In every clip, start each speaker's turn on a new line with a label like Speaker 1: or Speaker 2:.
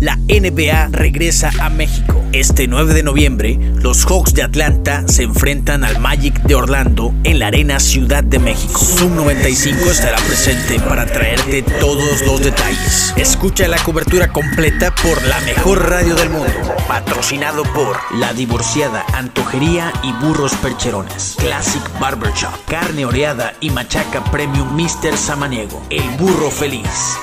Speaker 1: la NBA regresa a México. Este 9 de noviembre, los Hawks de Atlanta se enfrentan al Magic de Orlando en la Arena Ciudad de México. Zoom 95 estará presente para traerte todos los detalles. Escucha la cobertura completa por la mejor radio del mundo, patrocinado por La Divorciada, Antojería y Burros Percherones, Classic Barbershop, Carne Oreada y Machaca Premium Mr. Samaniego, El Burro Feliz.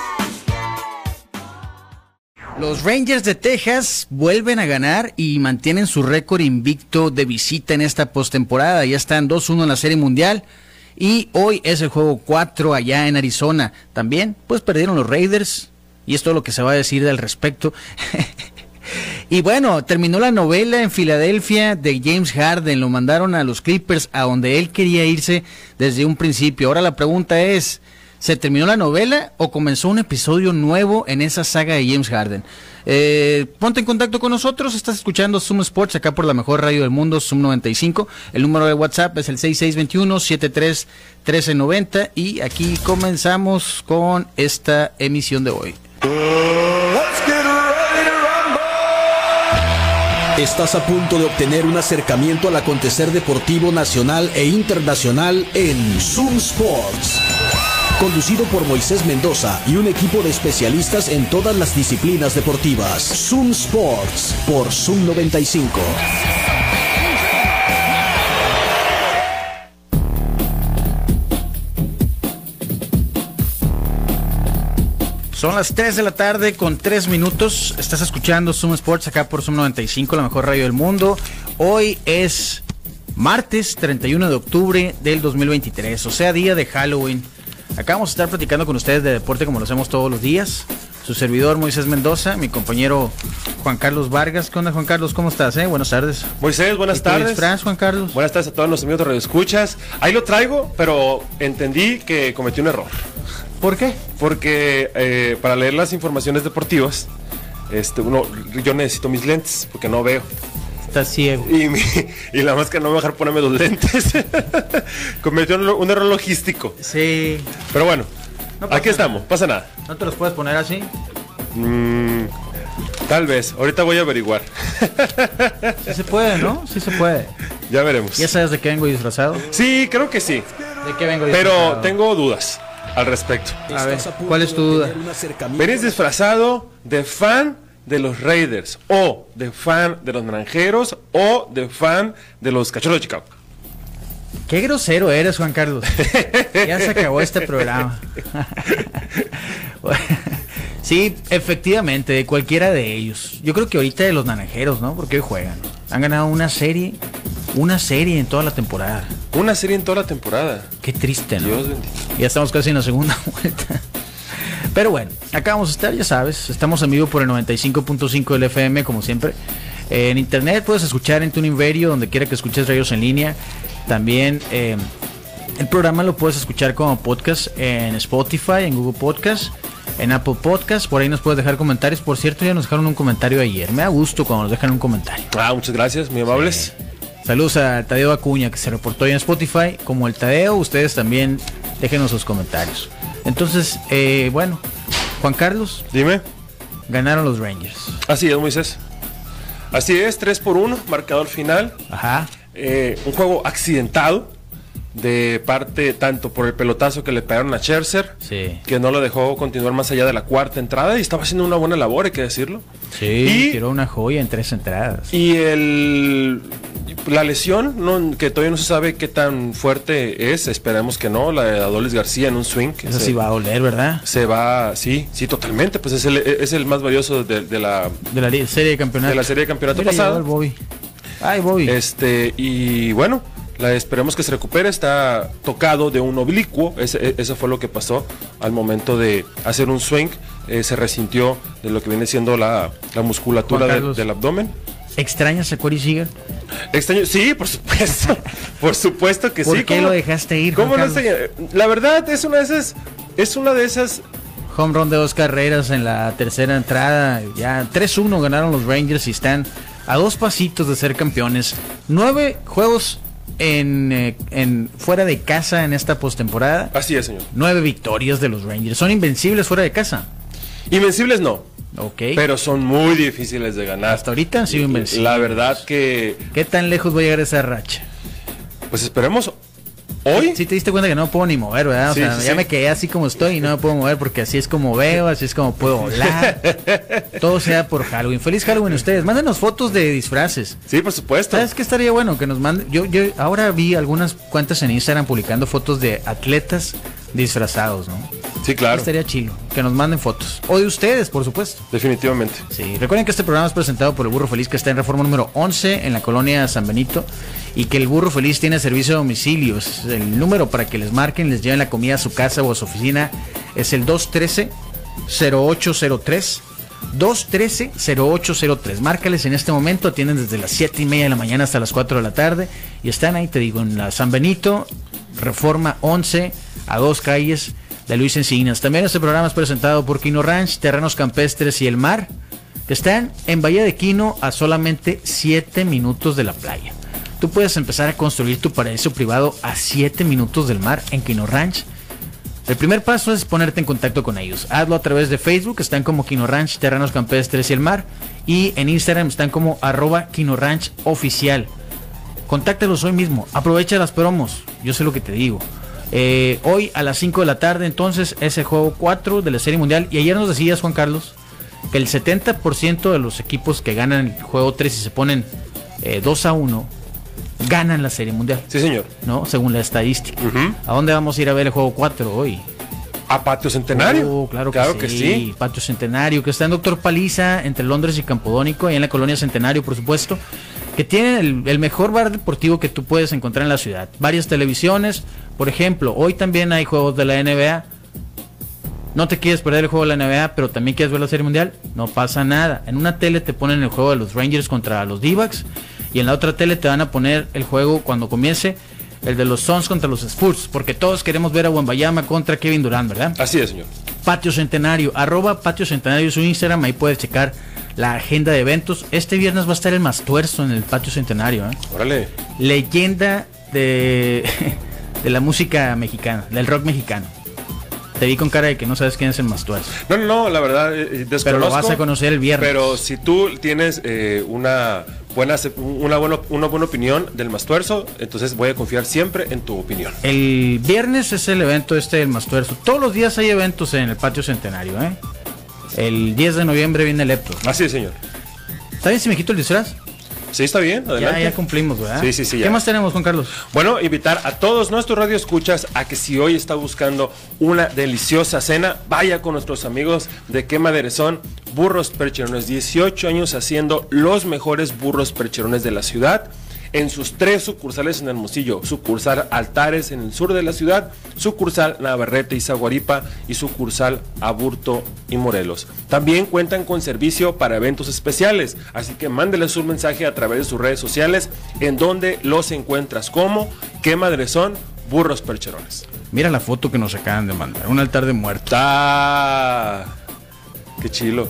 Speaker 2: Los Rangers de Texas vuelven a ganar y mantienen su récord invicto de visita en esta postemporada. Ya están 2-1 en la Serie Mundial y hoy es el juego 4 allá en Arizona. También, pues perdieron los Raiders y esto es lo que se va a decir al respecto. y bueno, terminó la novela en Filadelfia de James Harden. Lo mandaron a los Clippers a donde él quería irse desde un principio. Ahora la pregunta es... ¿Se terminó la novela o comenzó un episodio nuevo en esa saga de James Harden? Eh, ponte en contacto con nosotros, estás escuchando Zoom Sports acá por la mejor radio del mundo, Zoom 95. El número de WhatsApp es el 6621-731390 y aquí comenzamos con esta emisión de hoy.
Speaker 3: Estás a punto de obtener un acercamiento al acontecer deportivo nacional e internacional en Zoom Sports conducido por Moisés Mendoza y un equipo de especialistas en todas las disciplinas deportivas. Zoom Sports por Zoom 95.
Speaker 2: Son las 3 de la tarde con 3 minutos. Estás escuchando Zoom Sports acá por Zoom 95, la mejor radio del mundo. Hoy es martes 31 de octubre del 2023, o sea, día de Halloween. Acá vamos a estar platicando con ustedes de deporte como lo hacemos todos los días. Su servidor Moisés Mendoza, mi compañero Juan Carlos Vargas. ¿Qué onda, Juan Carlos? ¿Cómo estás? Eh? Buenas tardes.
Speaker 4: Moisés, buenas tardes. Disfraz,
Speaker 2: Juan Carlos?
Speaker 4: Buenas tardes a todos los amigos de Radio Escuchas. Ahí lo traigo, pero entendí que cometí un error.
Speaker 2: ¿Por qué?
Speaker 4: Porque eh, para leer las informaciones deportivas, este, uno, yo necesito mis lentes porque no veo
Speaker 2: ciego.
Speaker 4: Y, mi, y, la máscara no me va a dejar ponerme los lentes. Cometió un, un, error logístico.
Speaker 2: Sí.
Speaker 4: Pero bueno, no aquí nada. estamos, pasa nada.
Speaker 2: ¿No te los puedes poner así?
Speaker 4: Mm, tal vez, ahorita voy a averiguar.
Speaker 2: sí se puede, ¿no? Sí se puede.
Speaker 4: Ya veremos.
Speaker 2: ¿Ya sabes de qué vengo disfrazado?
Speaker 4: Sí, creo que sí.
Speaker 2: ¿De qué vengo
Speaker 4: disfrazado? Pero tengo dudas al respecto.
Speaker 2: A ver, ¿cuál es tu duda?
Speaker 4: Venís disfrazado de fan de los Raiders o de fan de los Naranjeros o de fan de los Cachorros de Chicago.
Speaker 2: Qué grosero eres, Juan Carlos. ya se acabó este programa. sí, efectivamente, de cualquiera de ellos. Yo creo que ahorita de los Naranjeros, ¿no? Porque hoy juegan. Han ganado una serie, una serie en toda la temporada.
Speaker 4: Una serie en toda la temporada.
Speaker 2: Qué triste, ¿no? Dios bendito. Ya estamos casi en la segunda vuelta. Pero bueno, acá vamos a estar, ya sabes. Estamos en vivo por el 95.5 del FM, como siempre. Eh, en internet puedes escuchar en TuneIn Radio, donde quiera que escuches radios en línea. También eh, el programa lo puedes escuchar como podcast en Spotify, en Google Podcast, en Apple Podcast. Por ahí nos puedes dejar comentarios. Por cierto, ya nos dejaron un comentario ayer. Me da gusto cuando nos dejan un comentario.
Speaker 4: Ah, muchas gracias, muy amables.
Speaker 2: Sí. Saludos a Tadeo Acuña, que se reportó hoy en Spotify. Como el Tadeo, ustedes también déjenos sus comentarios. Entonces, eh, bueno, Juan Carlos.
Speaker 4: Dime.
Speaker 2: Ganaron los Rangers.
Speaker 4: Así es, Moisés. Así es, 3 por 1, marcador final.
Speaker 2: Ajá.
Speaker 4: Eh, un juego accidentado de parte tanto por el pelotazo que le pegaron a Scherzer,
Speaker 2: sí.
Speaker 4: que no lo dejó continuar más allá de la cuarta entrada y estaba haciendo una buena labor, hay que decirlo.
Speaker 2: Sí, y, tiró una joya en tres entradas.
Speaker 4: Y el la lesión, no, que todavía no se sabe qué tan fuerte es, esperamos que no, la de Adoles García en un swing.
Speaker 2: Esa se, sí va a doler, ¿verdad?
Speaker 4: Se va, sí, sí, totalmente, pues es el, es el más valioso de, de la,
Speaker 2: de la serie de campeonato.
Speaker 4: De la serie de campeonato Mira, pasado.
Speaker 2: Bobby. Ay, Bobby.
Speaker 4: Este, y bueno, la esperemos que se recupere, está tocado de un oblicuo, Ese, e, eso fue lo que pasó al momento de hacer un swing, eh, se resintió de lo que viene siendo la, la musculatura de, del abdomen.
Speaker 2: ¿Extrañas a Corey Seager?
Speaker 4: Extraño, sí, por supuesto. por supuesto que
Speaker 2: ¿Por
Speaker 4: sí.
Speaker 2: ¿Por qué ¿Cómo? lo dejaste ir?
Speaker 4: ¿Cómo no se... La verdad, es una de esas. Es una de esas.
Speaker 2: Home run de dos carreras en la tercera entrada. Ya 3-1 ganaron los Rangers y están a dos pasitos de ser campeones. Nueve juegos en, eh, en fuera de casa en esta postemporada.
Speaker 4: Así es, señor.
Speaker 2: Nueve victorias de los Rangers. Son invencibles fuera de casa.
Speaker 4: Invencibles no.
Speaker 2: Ok.
Speaker 4: Pero son muy difíciles de ganar.
Speaker 2: Hasta ahorita han sido invencibles.
Speaker 4: La verdad que,
Speaker 2: ¿Qué tan lejos va a llegar esa racha?
Speaker 4: pues esperemos hoy.
Speaker 2: Si te diste cuenta que no me puedo ni mover, ¿verdad? O
Speaker 4: Sí,
Speaker 2: sea,
Speaker 4: sí,
Speaker 2: ya
Speaker 4: sí.
Speaker 2: me quedé así como estoy y no me puedo mover porque así es como veo, así es como puedo hablar. Todo sea por Halloween. Feliz Halloween a ustedes. Mándenos fotos de disfraces.
Speaker 4: Sí, por supuesto.
Speaker 2: ¿Sabes qué estaría bueno? Que nos manden. Yo, yo ahora vi algunas cuentas en Instagram publicando fotos de atletas disfrazados, ¿no?
Speaker 4: Sí, claro.
Speaker 2: Estaría chido. Que nos manden fotos. O de ustedes, por supuesto.
Speaker 4: Definitivamente.
Speaker 2: Sí, recuerden que este programa es presentado por el Burro Feliz que está en reforma número 11 en la colonia San Benito y que el Burro Feliz tiene servicio a domicilios. El número para que les marquen, les lleven la comida a su casa o a su oficina es el 213-0803. 213-0803. Márcales en este momento, atienden desde las 7 y media de la mañana hasta las 4 de la tarde y están ahí, te digo, en la San Benito, Reforma 11, a dos calles de Luis Encinas. También este programa es presentado por Quino Ranch, Terrenos Campestres y El Mar, que están en Bahía de Quino a solamente 7 minutos de la playa. Tú puedes empezar a construir tu paraíso privado a 7 minutos del mar en Quino Ranch. El primer paso es ponerte en contacto con ellos. Hazlo a través de Facebook, están como Quino Ranch, Terrenos Campestres y El Mar. Y en Instagram están como arroba Quino Ranch Oficial. Contáctalos hoy mismo. Aprovecha las promos. Yo sé lo que te digo. Eh, hoy a las 5 de la tarde, entonces, ese juego 4 de la Serie Mundial. Y ayer nos decías, Juan Carlos, que el 70% de los equipos que ganan el juego 3 y se ponen eh, 2 a 1, ganan la Serie Mundial.
Speaker 4: Sí, señor.
Speaker 2: ¿No? Según la estadística.
Speaker 4: Ujú.
Speaker 2: ¿A dónde vamos a ir a ver el juego 4 hoy?
Speaker 4: A Patio Centenario.
Speaker 2: Oh, claro, que, sí. Patio Centenario, que está en Doctor Paliza, entre Londres y Campodónico, ahí en la colonia Centenario, por supuesto, que tiene el, el mejor bar deportivo que tú puedes encontrar en la ciudad. Varias televisiones, por ejemplo, hoy también hay juegos de la NBA. No te quieres perder el juego de la NBA, pero también quieres ver la Serie Mundial, no pasa nada. En una tele te ponen el juego de los Rangers contra los d y en la otra tele te van a poner el juego cuando comience el de los Suns contra los Spurs, porque todos queremos ver a Wembayama contra Kevin Durant, ¿verdad?
Speaker 4: Así es, señor.
Speaker 2: Patio Centenario, arroba Patio Centenario su Instagram, ahí puedes checar la agenda de eventos. Este viernes va a estar el más tuerzo en el Patio Centenario, ¿eh?
Speaker 4: Órale.
Speaker 2: leyenda de, de la música mexicana, del rock mexicano. Te vi con cara de que no sabes quién es el más tuerzo.
Speaker 4: No, no, no, la verdad, eh, eh, desconozco.
Speaker 2: Pero lo vas a conocer el viernes.
Speaker 4: Pero si tú tienes eh, una, buena, acep- una, buena, una buena opinión del Mastuerzo, entonces voy a confiar siempre en tu opinión.
Speaker 2: El viernes es el evento este del Mastuerzo. Todos los días hay eventos en el Patio Centenario, ¿eh? El 10 de noviembre viene el Epto.
Speaker 4: Así es, señor.
Speaker 2: ¿Está bien si me quito el disfraz?
Speaker 4: Sí, está bien,
Speaker 2: Ya,
Speaker 4: adelante.
Speaker 2: ya cumplimos, ¿verdad?
Speaker 4: Sí, sí, sí,
Speaker 2: ¿Qué
Speaker 4: ya.
Speaker 2: más tenemos, Juan Carlos?
Speaker 4: Bueno, invitar a todos nuestros radioescuchas a que si hoy está buscando una deliciosa cena, vaya con nuestros amigos de Qué Maderezón, Burros Percherones. 18 años haciendo los mejores burros percherones de la ciudad. En sus tres sucursales en Hermosillo, sucursal Altares en el sur de la ciudad, sucursal Navarrete y Zaguaripa y sucursal Aburto y Morelos. También cuentan con servicio para eventos especiales, así que mándeles un mensaje a través de sus redes sociales en donde los encuentras como qué madres son burros percherones.
Speaker 2: Mira la foto que nos acaban de mandar, un altar de muertos.
Speaker 4: ¡Ta! ¡Qué chilo!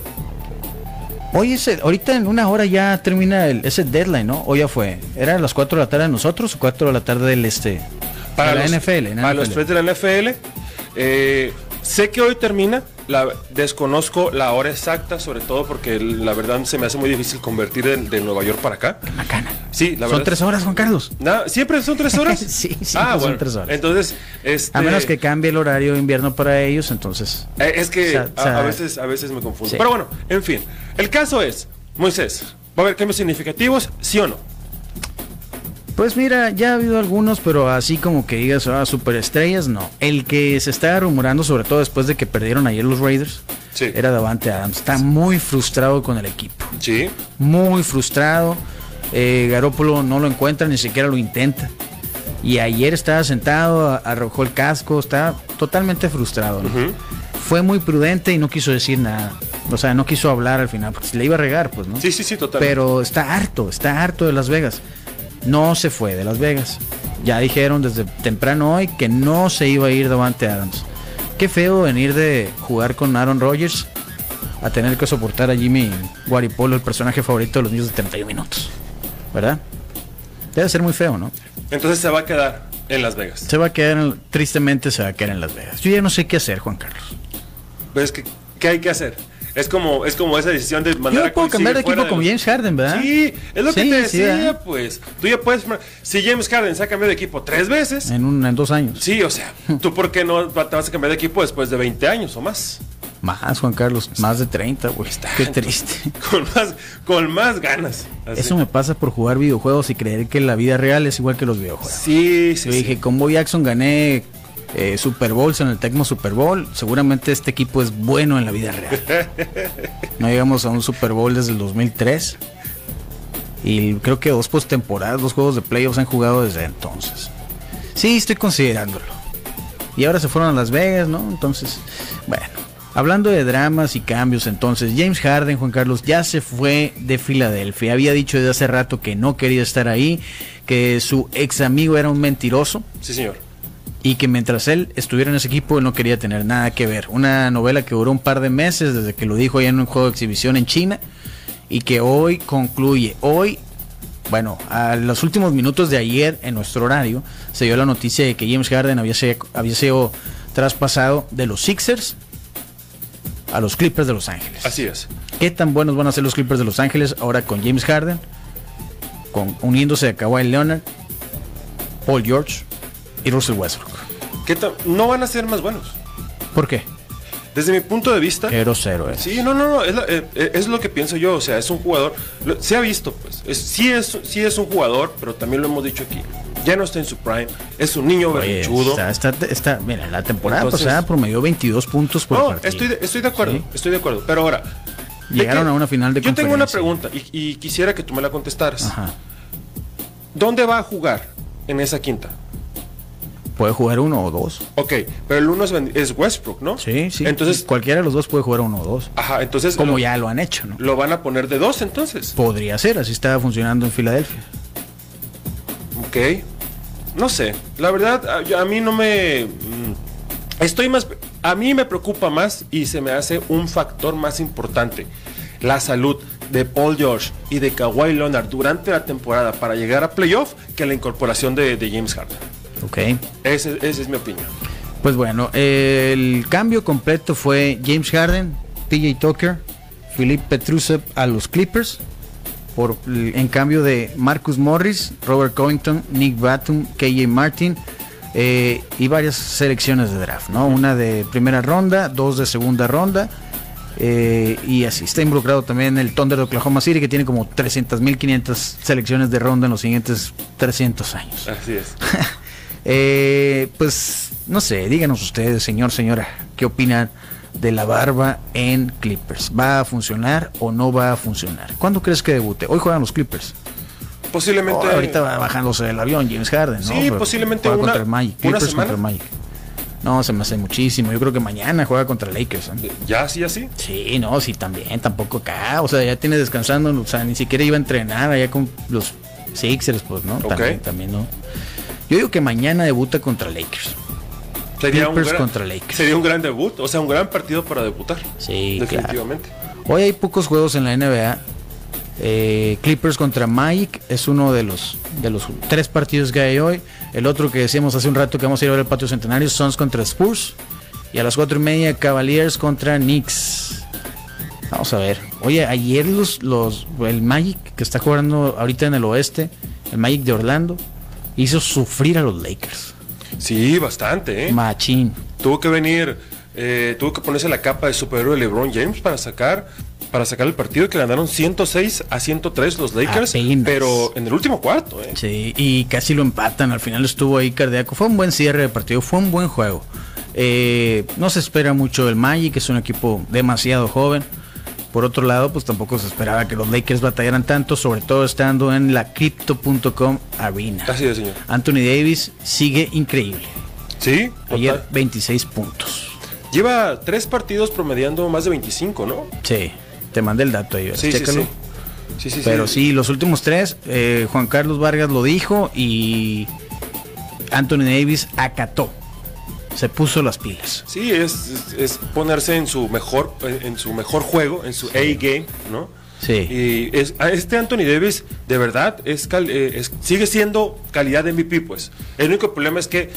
Speaker 2: Hoy es el- ahorita en una hora ya termina el, ese deadline, ¿no? Hoy ya fue. ¿Era a las 4 de la tarde de nosotros o 4 de la tarde del este? De la
Speaker 4: los-
Speaker 2: NFL. en
Speaker 4: Para los
Speaker 2: NFL.
Speaker 4: tres de la NFL. eh, sé que hoy termina. La, desconozco la hora exacta, sobre todo porque la verdad se me hace muy difícil convertir de, de Nueva York para acá.
Speaker 2: Macana.
Speaker 4: Sí, la
Speaker 2: Son
Speaker 4: verdad.
Speaker 2: tres horas, Juan Carlos.
Speaker 4: Nada, ¿Siempre son tres horas?
Speaker 2: Sí, siempre
Speaker 4: ah,
Speaker 2: son
Speaker 4: bueno.
Speaker 2: tres horas.
Speaker 4: Entonces, este,
Speaker 2: A menos que cambie el horario de invierno para ellos, entonces.
Speaker 4: eh, es que
Speaker 2: o sea,
Speaker 4: a-
Speaker 2: o sea,
Speaker 4: a, veces, a veces me confundo.
Speaker 2: sí.
Speaker 4: Pero bueno, en fin. El caso es, Moisés, ¿va a haber cambios significativos? ¿Sí o no?
Speaker 2: Pues mira, ya ha habido algunos, pero así como que digas, ah, superestrellas, no. El que se está rumorando, sobre todo después de que perdieron ayer los Raiders,
Speaker 4: Sí.
Speaker 2: era Davante Adams. Está muy frustrado con el equipo.
Speaker 4: Sí.
Speaker 2: muy frustrado. Eh, Garópolo no lo encuentra, ni siquiera lo intenta. Y ayer estaba sentado, a- arrojó el casco, estaba totalmente frustrado. ¿no?
Speaker 4: Ujú.
Speaker 2: Fue muy prudente y no quiso decir nada. O sea, no quiso hablar al final, porque se le iba a regar, pues, ¿no?
Speaker 4: Sí, sí, sí, totalmente.
Speaker 2: Pero está harto, está harto de Las Vegas. No se fue de Las Vegas. Ya dijeron desde temprano hoy que no se iba a ir Davante Adams. Qué feo venir de jugar con Aaron Rodgers a tener que soportar a Jimmy Guaripolo, el personaje favorito de los niños de 31 minutos. ¿Verdad? Debe ser muy feo, ¿no?
Speaker 4: Entonces se va a quedar en Las Vegas.
Speaker 2: Se va a quedar, en- tristemente se va a quedar en Las Vegas. Yo ya no sé qué hacer, Juan Carlos.
Speaker 4: Pues, ¿qué, qué hay que hacer? Es como, es Pues como esa decisión de mandar
Speaker 2: Yo
Speaker 4: a
Speaker 2: puedo
Speaker 4: Colt
Speaker 2: cambiar de
Speaker 4: Seager
Speaker 2: equipo
Speaker 4: fuera
Speaker 2: con
Speaker 4: los-
Speaker 2: James Harden, ¿verdad?
Speaker 4: Sí, es lo que
Speaker 2: Sí,
Speaker 4: te
Speaker 2: sí,
Speaker 4: decía,
Speaker 2: ¿verdad?
Speaker 4: pues. Tú ya puedes. Si James Harden se ha cambiado de equipo tres veces,
Speaker 2: En, un, en dos años.
Speaker 4: sí, o sea, ¿tú por qué no va- te vas a cambiar de equipo después de 20 años o más?
Speaker 2: Más, Juan Carlos, más de 30, güey. Qué triste.
Speaker 4: Con más, con más ganas. Así.
Speaker 2: Eso me pasa por jugar videojuegos y creer que la vida real es igual que los videojuegos.
Speaker 4: Sí, sí,
Speaker 2: Yo
Speaker 4: sí.
Speaker 2: dije, con Bo Jackson gané eh, Super Bowls en el Tecmo Super Bowl. Seguramente este equipo es bueno en la vida real. no llegamos a un Super Bowl desde el 2003. Y creo que dos postemporadas, dos juegos de playoffs han jugado desde entonces. Sí, estoy considerándolo. Y ahora se fueron a Las Vegas, ¿no? Entonces, bueno. Hablando de dramas y cambios, entonces, James Harden, Juan Carlos, ya se fue de Filadelfia. Había dicho desde hace rato que no quería estar ahí, que su ex amigo era un mentiroso
Speaker 4: Sí, señor.
Speaker 2: y que mientras él estuviera en ese equipo él no quería tener nada que ver. Una novela que duró un par de meses desde que lo dijo allá en un juego de exhibición en China y que hoy concluye. Hoy, bueno, a los últimos minutos de ayer en nuestro horario se dio la noticia de que James Harden había se- había sido traspasado de los Sixers a los Clippers de Los Ángeles.
Speaker 4: Así es.
Speaker 2: ¿Qué tan buenos van a ser los Clippers de Los Ángeles ahora con James Harden? Con, uniéndose a Kawhi Leonard, Paul George y Russell Westbrook.
Speaker 4: ¿Qué ta- no van a ser más buenos.
Speaker 2: ¿Por qué?
Speaker 4: Desde mi punto de vista.
Speaker 2: Qué grosero es.
Speaker 4: Sí, no, no, no, es, la- eh, eh, es lo que pienso yo, o sea, es un jugador, lo- se ha visto, pues, es, sí, es, sí es un jugador, pero también lo hemos dicho aquí, ya no está en su prime, es un niño
Speaker 2: Oye,
Speaker 4: berrinchudo.
Speaker 2: está, está, está- mira, la temporada
Speaker 4: pues, Entonces-
Speaker 2: pasada promedió 22 puntos por
Speaker 4: No,
Speaker 2: partido.
Speaker 4: estoy de, estoy de acuerdo,
Speaker 2: Sí.
Speaker 4: estoy de acuerdo, pero ahora... de
Speaker 2: Llegaron a una final de
Speaker 4: Yo tengo una
Speaker 2: conferencia.
Speaker 4: pregunta y, y quisiera que tú me la contestaras.
Speaker 2: Ajá.
Speaker 4: ¿Dónde va a jugar en esa quinta?
Speaker 2: Puede jugar uno o dos.
Speaker 4: Ok, pero el uno es, Ben- es Westbrook, ¿no? Entonces,
Speaker 2: Y cualquiera de los dos puede jugar uno o dos.
Speaker 4: ajá, entonces...
Speaker 2: Como
Speaker 4: lo,
Speaker 2: ya lo han hecho, ¿no?
Speaker 4: Lo van a poner de dos entonces.
Speaker 2: Podría ser, así estaba funcionando en Filadelfia.
Speaker 4: Ok. No sé. La verdad, a, yo- a mí no me. mm, Estoy más. A mí me preocupa más y se me hace un factor más importante. La salud de Paul George y de Kawhi Leonard durante la temporada para llegar a playoff que la incorporación de, de James Harden.
Speaker 2: Ok.
Speaker 4: Ese- Esa es mi opinión.
Speaker 2: Pues bueno, el cambio completo fue James Harden, PJ Tucker, Philip Petrusev a los Clippers, por, en cambio de Marcus Morris, Robert Covington, Nick Batum, KJ Martin eh, y varias selecciones de draft, ¿no? Una de primera ronda, dos de segunda ronda. eh, y así está involucrado también el Thunder de Oklahoma City que tiene como 300.500 selecciones de ronda en los siguientes 300 años.
Speaker 4: Así es.
Speaker 2: Eh, pues no sé, díganos ustedes, señor, señora, ¿qué opinan de la barba en Clippers? ¿Va a funcionar o no va a funcionar? ¿Cuándo crees que debute? Hoy juegan los Clippers.
Speaker 4: Posiblemente.
Speaker 2: Oh, ahorita va bajándose del avión James Harden, ¿no?
Speaker 4: Sí,
Speaker 2: Pero
Speaker 4: posiblemente
Speaker 2: juega
Speaker 4: una-
Speaker 2: contra el Magic.
Speaker 4: una
Speaker 2: Clippers
Speaker 4: semana.
Speaker 2: contra el Magic. No, se me hace muchísimo. Yo creo que mañana juega contra Lakers. ¿eh?
Speaker 4: Ya así, así.
Speaker 2: Sí, no, sí, también, tampoco acá. O sea, ya tiene descansando, o sea, ni siquiera iba a entrenar allá con los Sixers, pues, ¿no?
Speaker 4: Ok.
Speaker 2: También, también, ¿no? Yo digo que mañana debuta contra Lakers.
Speaker 4: Sería un,
Speaker 2: Clippers
Speaker 4: gran,
Speaker 2: contra Lakers.
Speaker 4: sería un gran debut, o sea, un gran partido para debutar.
Speaker 2: Sí,
Speaker 4: definitivamente.
Speaker 2: Hoy hay pocos juegos en la NBA. Eh, Clippers contra Magic es uno de los de los tres partidos que hay hoy. El otro que decíamos hace un rato que vamos a ir a ver el patio centenario, Suns contra Spurs. Y a las cuatro y media, Cavaliers contra Knicks. Vamos a ver. Oye, ayer los, los el Magic que está jugando ahorita en el oeste, el Magic de Orlando, hizo sufrir a los Lakers.
Speaker 4: Sí, bastante, ¿eh?
Speaker 2: Machín.
Speaker 4: Tuvo que venir, eh, tuvo que ponerse la capa de superhéroe LeBron James para sacar para sacar el partido que ganaron 106 a 103 los Lakers,
Speaker 2: Apenas.
Speaker 4: pero en el último cuarto, ¿eh?
Speaker 2: Sí, y casi lo empatan. Al final estuvo ahí cardíaco. Fue un buen cierre de partido, fue un buen juego. Eh, no se espera mucho del Magic, es un equipo demasiado joven. Por otro lado, pues tampoco se esperaba que los Lakers batallaran tanto, sobre todo estando en la Crypto.com Arena.
Speaker 4: Así es, señor.
Speaker 2: Anthony Davis sigue increíble.
Speaker 4: Sí,
Speaker 2: Ayer
Speaker 4: total.
Speaker 2: 26 puntos.
Speaker 4: lleva tres partidos promediando más de 25, ¿no?
Speaker 2: Sí, te mandé el dato ahí,
Speaker 4: Sí, sí,
Speaker 2: chécalo.
Speaker 4: sí. Sí, sí,
Speaker 2: Pero sí, los últimos tres, eh, Juan Carlos Vargas lo dijo y Anthony Davis acató. Se puso las pilas.
Speaker 4: Sí, es, es- es ponerse en su mejor en su mejor juego, en su A game, ¿no?
Speaker 2: Sí.
Speaker 4: Y es, a este Anthony Davis, de verdad, es, cal- eh, es- sigue siendo calidad de MVP, pues. El único problema es que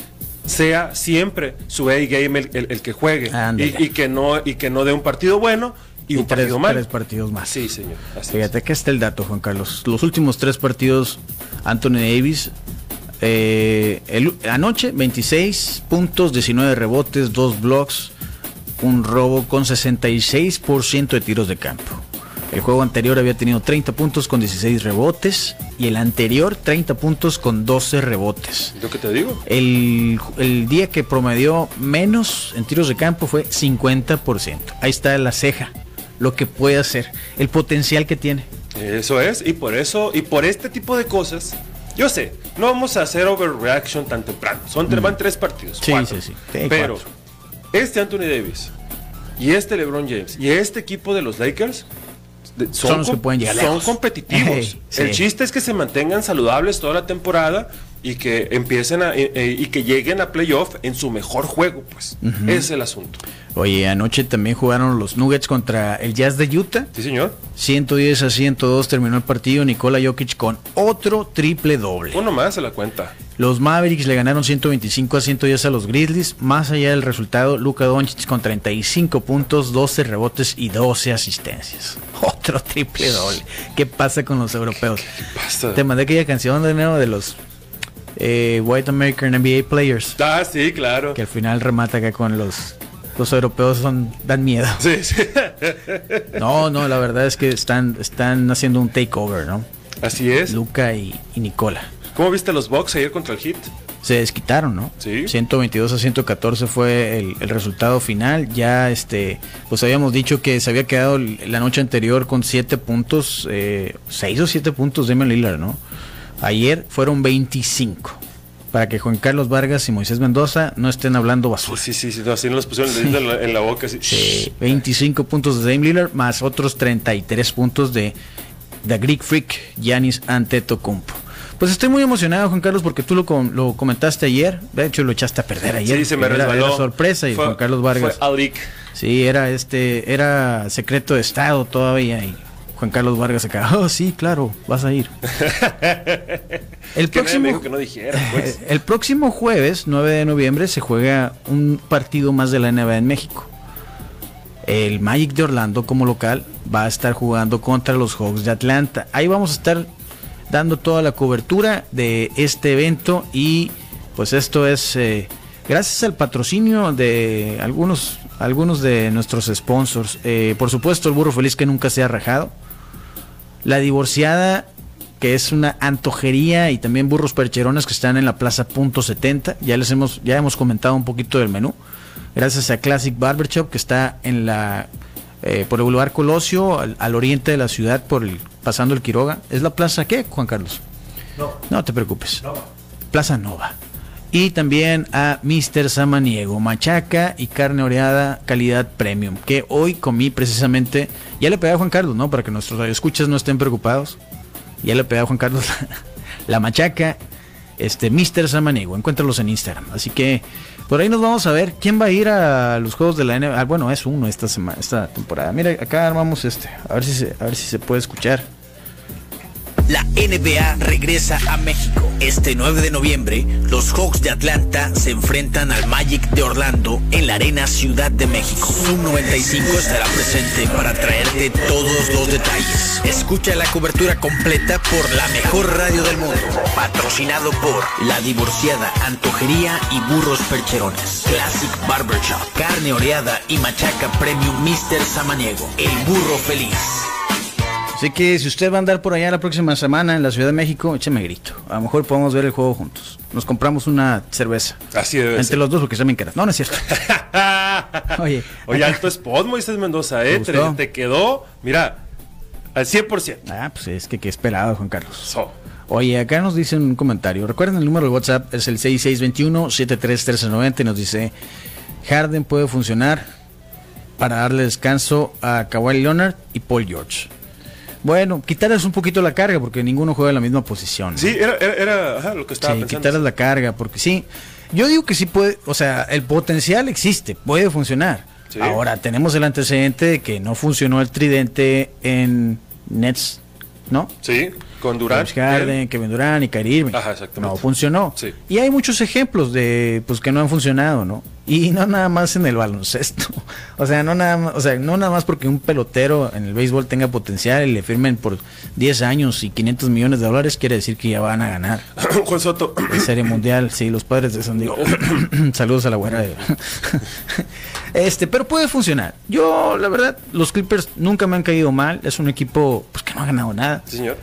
Speaker 4: sea siempre su A game el, el- el que juegue
Speaker 2: Ándale.
Speaker 4: y, y que no y que no dé un partido bueno y, un
Speaker 2: tres,
Speaker 4: partido más.
Speaker 2: tres partidos más.
Speaker 4: Sí, señor. así
Speaker 2: Fíjate que está el dato, Juan Carlos. Los últimos tres partidos, Anthony Davis, eh, el- anoche 26 puntos, 19 rebotes, 2 blocks, un robo con 66% de tiros de campo. El juego anterior había tenido 30 puntos con 16 rebotes y el anterior 30 puntos con 12 rebotes.
Speaker 4: es. Lo que te digo.
Speaker 2: El, el día que promedió menos en tiros de campo fue 50%. Ahí está la ceja, lo que puede hacer, el potencial que tiene.
Speaker 4: Eso es, y por eso, y por este tipo de cosas, yo sé, no vamos a hacer overreaction tan temprano. Son tre- van tres partidos.
Speaker 2: Mm. Sí,
Speaker 4: cuatro.
Speaker 2: sí, sí. Sí,
Speaker 4: Pero
Speaker 2: cuatro.
Speaker 4: este Anthony Davis y este LeBron James y este equipo de los Lakers de-
Speaker 2: Son los que
Speaker 4: com-
Speaker 2: pueden llegar
Speaker 4: son
Speaker 2: lejos.
Speaker 4: competitivos.
Speaker 2: Ey, sí.
Speaker 4: El chiste es que se mantengan saludables toda la temporada y que empiecen a, eh, eh, y que lleguen a playoff en su mejor juego, pues. Ese es el asunto.
Speaker 2: Oye, anoche también jugaron los Nuggets contra el Jazz de Utah.
Speaker 4: Sí, señor.
Speaker 2: 110 a 102 terminó el partido Nikola Jokic con otro triple doble.
Speaker 4: Uno más se la cuenta.
Speaker 2: Los Mavericks le ganaron 125 a 110 a los Grizzlies. Más allá del resultado, Luka Doncic con 35 puntos, 12 rebotes y 12 asistencias. Otro triple doble. ¿Qué pasa con los europeos?
Speaker 4: Basta.
Speaker 2: Te mandé aquella canción de nuevo de los eh, White American NBA Players.
Speaker 4: Ah, sí, claro.
Speaker 2: Que al final remata acá con los... Los europeos son, dan miedo.
Speaker 4: Sí, sí.
Speaker 2: No, no, la verdad es que están, están haciendo un takeover, ¿no?
Speaker 4: Así es.
Speaker 2: Luca y, y Nicola.
Speaker 4: ¿Cómo viste a los Bucks ayer contra el Hit?
Speaker 2: Se desquitaron, ¿no?
Speaker 4: Sí.
Speaker 2: 122 a 114 fue el, el resultado final. Ya, este, pues habíamos dicho que se había quedado l- la noche anterior con 7 puntos, 6 o 7 puntos de Damian Lillard, ¿no? Ayer fueron 25. Para que Juan Carlos Vargas y Moisés Mendoza no estén hablando basura.
Speaker 4: Pues Sí, sí, sí, no, así nos pusieron el dedito en, la, en la boca. Así.
Speaker 2: Sí, 25 puntos de Dame Lillard más otros 33 puntos de The Greek Freak, Giannis Antetokounmpo. Pues estoy muy emocionado, Juan Carlos, porque tú lo, com- lo comentaste ayer. De hecho, lo echaste a perder ayer.
Speaker 4: Sí, se me
Speaker 2: Era-
Speaker 4: resbaló.
Speaker 2: Era sorpresa y
Speaker 4: Fue-
Speaker 2: Juan Carlos Vargas.
Speaker 4: Fue Alric.
Speaker 2: Sí, era este, era secreto de estado todavía y Juan Carlos Vargas acá. Oh, sí, claro, vas a ir. El
Speaker 4: Que nadie
Speaker 2: próximo,
Speaker 4: me dijo que no dijera, pues.
Speaker 2: el próximo jueves, 9 de noviembre, se juega un partido más de la NBA en México. El Magic de Orlando como local va a estar jugando contra los Hawks de Atlanta. Ahí vamos a estar dando toda la cobertura de este evento y pues esto es eh, gracias al patrocinio de algunos, algunos de nuestros sponsors. Eh, por supuesto el burro feliz que nunca se ha rajado. La divorciada, que es una antojería, y también burros percherones que están en la plaza punto 70. Ya les hemos, ya hemos comentado un poquito del menú. Gracias a Classic Barber Shop, que está en la eh, por el Boulevard Colosio, al, al oriente de la ciudad, por el, pasando el Quiroga. ¿Es la plaza qué, Juan Carlos? No. No te preocupes. Plaza Nova. Y también a Mr. Samaniego, machaca y carne oreada calidad premium, que hoy comí precisamente, ya le pegué a Juan Carlos, ¿no? Para que nuestros escuchas no estén preocupados. Ya le pegué a Juan Carlos la, la machaca, este Mr. Samaniego, encuéntralos en Instagram. Así que por ahí nos vamos a ver quién va a ir a los juegos de la NBA. Ah, bueno, es uno esta semana, esta temporada. Mira, acá armamos este, a ver si se, a ver si se puede escuchar.
Speaker 1: La NBA regresa a México. Este 9 de noviembre, los Hawks de Atlanta se enfrentan al Magic de Orlando en la Arena Ciudad de México. Zoom 95 estará presente para traerte todos los detalles. Escucha la cobertura completa por la mejor radio del mundo. Patrocinado por La Divorciada, Antojería y Burros Percherones. Classic Barbershop, Carne Oreada y Machaca Premium Mr. Samaniego. El Burro Feliz.
Speaker 2: Así que si usted va a andar por allá la próxima semana en la Ciudad de México, écheme grito. A lo mejor podemos ver el juego juntos. Nos compramos una cerveza.
Speaker 4: Así Ah, debe
Speaker 2: Entre
Speaker 4: ser.
Speaker 2: los dos porque están bien caras. No, no es cierto. Oye.
Speaker 4: Oye, alto spot, Moisés Mendoza, ¿eh?
Speaker 2: ¿Te
Speaker 4: Te,
Speaker 2: gustó?
Speaker 4: te quedó, mira, al 100%.
Speaker 2: Ah, pues es que qué esperado, Juan Carlos.
Speaker 4: So,
Speaker 2: Oye, acá nos dicen un comentario. Recuerden el número de WhatsApp, es el 6621-73390 y nos dice, Harden puede funcionar para darle descanso a Kawhi Leonard y Paul George. Bueno, quitarles un poquito la carga porque ninguno juega en la misma posición. ¿no?
Speaker 4: sí, era, era, era, ajá, lo que estaba
Speaker 2: Sí,
Speaker 4: pensando.
Speaker 2: quitarles la carga, porque sí. Yo digo que sí puede, o sea, el potencial existe, puede funcionar.
Speaker 4: Sí.
Speaker 2: Ahora tenemos el antecedente de que no funcionó el tridente en Nets, ¿no?
Speaker 4: Sí, con Durant.
Speaker 2: James Harden,
Speaker 4: él.
Speaker 2: Kevin Durant y Kyrie Irving.
Speaker 4: Ajá, exactamente.
Speaker 2: No funcionó.
Speaker 4: Sí.
Speaker 2: Y hay muchos ejemplos de pues que no han funcionado, ¿no? Y no nada más en el baloncesto. O sea, no nada más, o sea, no nada más porque un pelotero en el béisbol tenga potencial y le firmen por 10 años y 500 millones de dólares, quiere decir que ya van a ganar.
Speaker 4: Juan Soto.
Speaker 2: en Serie Mundial, sí, los padres de San Diego. Saludos a la buena. de- este, pero puede funcionar. Yo, la verdad, los Clippers nunca me han caído mal. Es un equipo pues, que no ha ganado nada
Speaker 4: Sí, señor.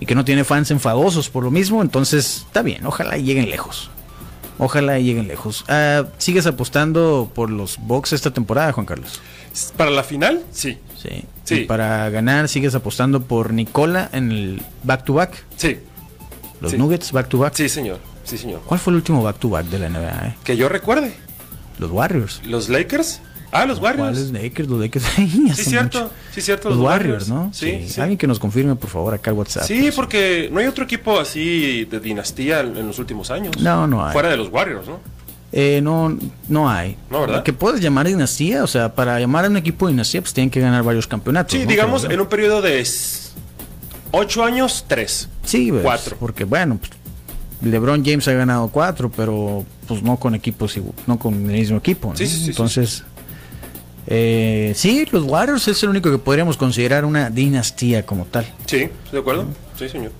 Speaker 2: y que no tiene fans enfadosos por lo mismo. Entonces, está bien, ojalá y lleguen lejos. Ojalá y lleguen lejos. Ah, ¿Sigues apostando por los Bucks esta temporada, Juan Carlos?
Speaker 4: Para la final, sí.
Speaker 2: Sí.
Speaker 4: Sí.
Speaker 2: Y para ganar, ¿sigues apostando por Nicola en el back-to-back?
Speaker 4: Sí,
Speaker 2: Los
Speaker 4: Sí.
Speaker 2: Nuggets back-to-back.
Speaker 4: sí, señor. Sí, señor.
Speaker 2: ¿Cuál fue el último back-to-back de la NBA? eh?
Speaker 4: Que yo recuerde.
Speaker 2: Los Warriors.
Speaker 4: ¿Los Lakers? Ah, los Warriors.
Speaker 2: ¿Cuáles Lakers? Los Lakers. Ay, hace
Speaker 4: Sí, cierto.
Speaker 2: mucho.
Speaker 4: Sí, cierto.
Speaker 2: Los, Warriors, ¿no?
Speaker 4: Sí, sí.
Speaker 2: Alguien que nos confirme, por favor, acá al WhatsApp.
Speaker 4: Sí, porque no hay otro equipo así de dinastía en en los últimos años.
Speaker 2: No, no hay.
Speaker 4: Fuera de los Warriors, ¿no?
Speaker 2: Eh, no, no hay.
Speaker 4: No, ¿verdad?
Speaker 2: Que puedes llamar dinastía, o sea, para llamar a un equipo dinastía, pues tienen que ganar varios campeonatos.
Speaker 4: Sí,
Speaker 2: ¿no?
Speaker 4: digamos,
Speaker 2: Pero,
Speaker 4: en un periodo de s- ocho años, tres.
Speaker 2: Sí, pues,
Speaker 4: cuatro.
Speaker 2: Porque, bueno, pues, LeBron James ha ganado cuatro, pero pues no con equipos, igu- no con el mismo equipo, ¿no?
Speaker 4: Sí, sí, sí, sí.
Speaker 2: Entonces, eh, sí, los Warriors es el único que podríamos considerar una dinastía como tal.
Speaker 4: Sí, ¿estoy de acuerdo? Sí, señor.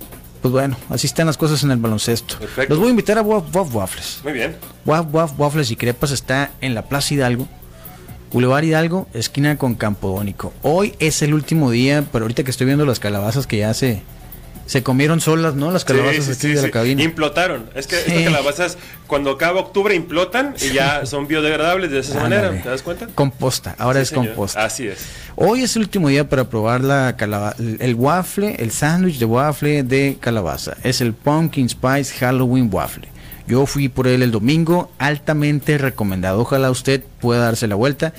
Speaker 2: Pues bueno, así están las cosas en el baloncesto.
Speaker 4: Perfecto.
Speaker 2: Los voy a invitar a Waf Waf Waffles.
Speaker 4: Muy bien.
Speaker 2: Waf Waf Waffles y Crepas está en la Plaza Hidalgo, Boulevard Hidalgo, esquina con Campodónico. Hoy es el último día, pero ahorita que estoy viendo las calabazas que ya se, se comieron solas, ¿no? Las calabazas
Speaker 4: Sí, sí,
Speaker 2: aquí
Speaker 4: sí,
Speaker 2: de la
Speaker 4: sí.
Speaker 2: cabina.
Speaker 4: Implotaron. Es que estas
Speaker 2: Sí.
Speaker 4: calabazas, cuando acaba octubre, implotan y ya son biodegradables de esa
Speaker 2: Ándale.
Speaker 4: manera. ¿Te das cuenta?
Speaker 2: Composta, ahora
Speaker 4: Sí,
Speaker 2: es
Speaker 4: señor.
Speaker 2: composta.
Speaker 4: Así es.
Speaker 2: Hoy es el último día para probar la calaba- el waffle, el sándwich de waffle de calabaza. Es el Pumpkin Spice Halloween Waffle. Yo fui por él el domingo, altamente recomendado. Ojalá usted pueda darse la vuelta.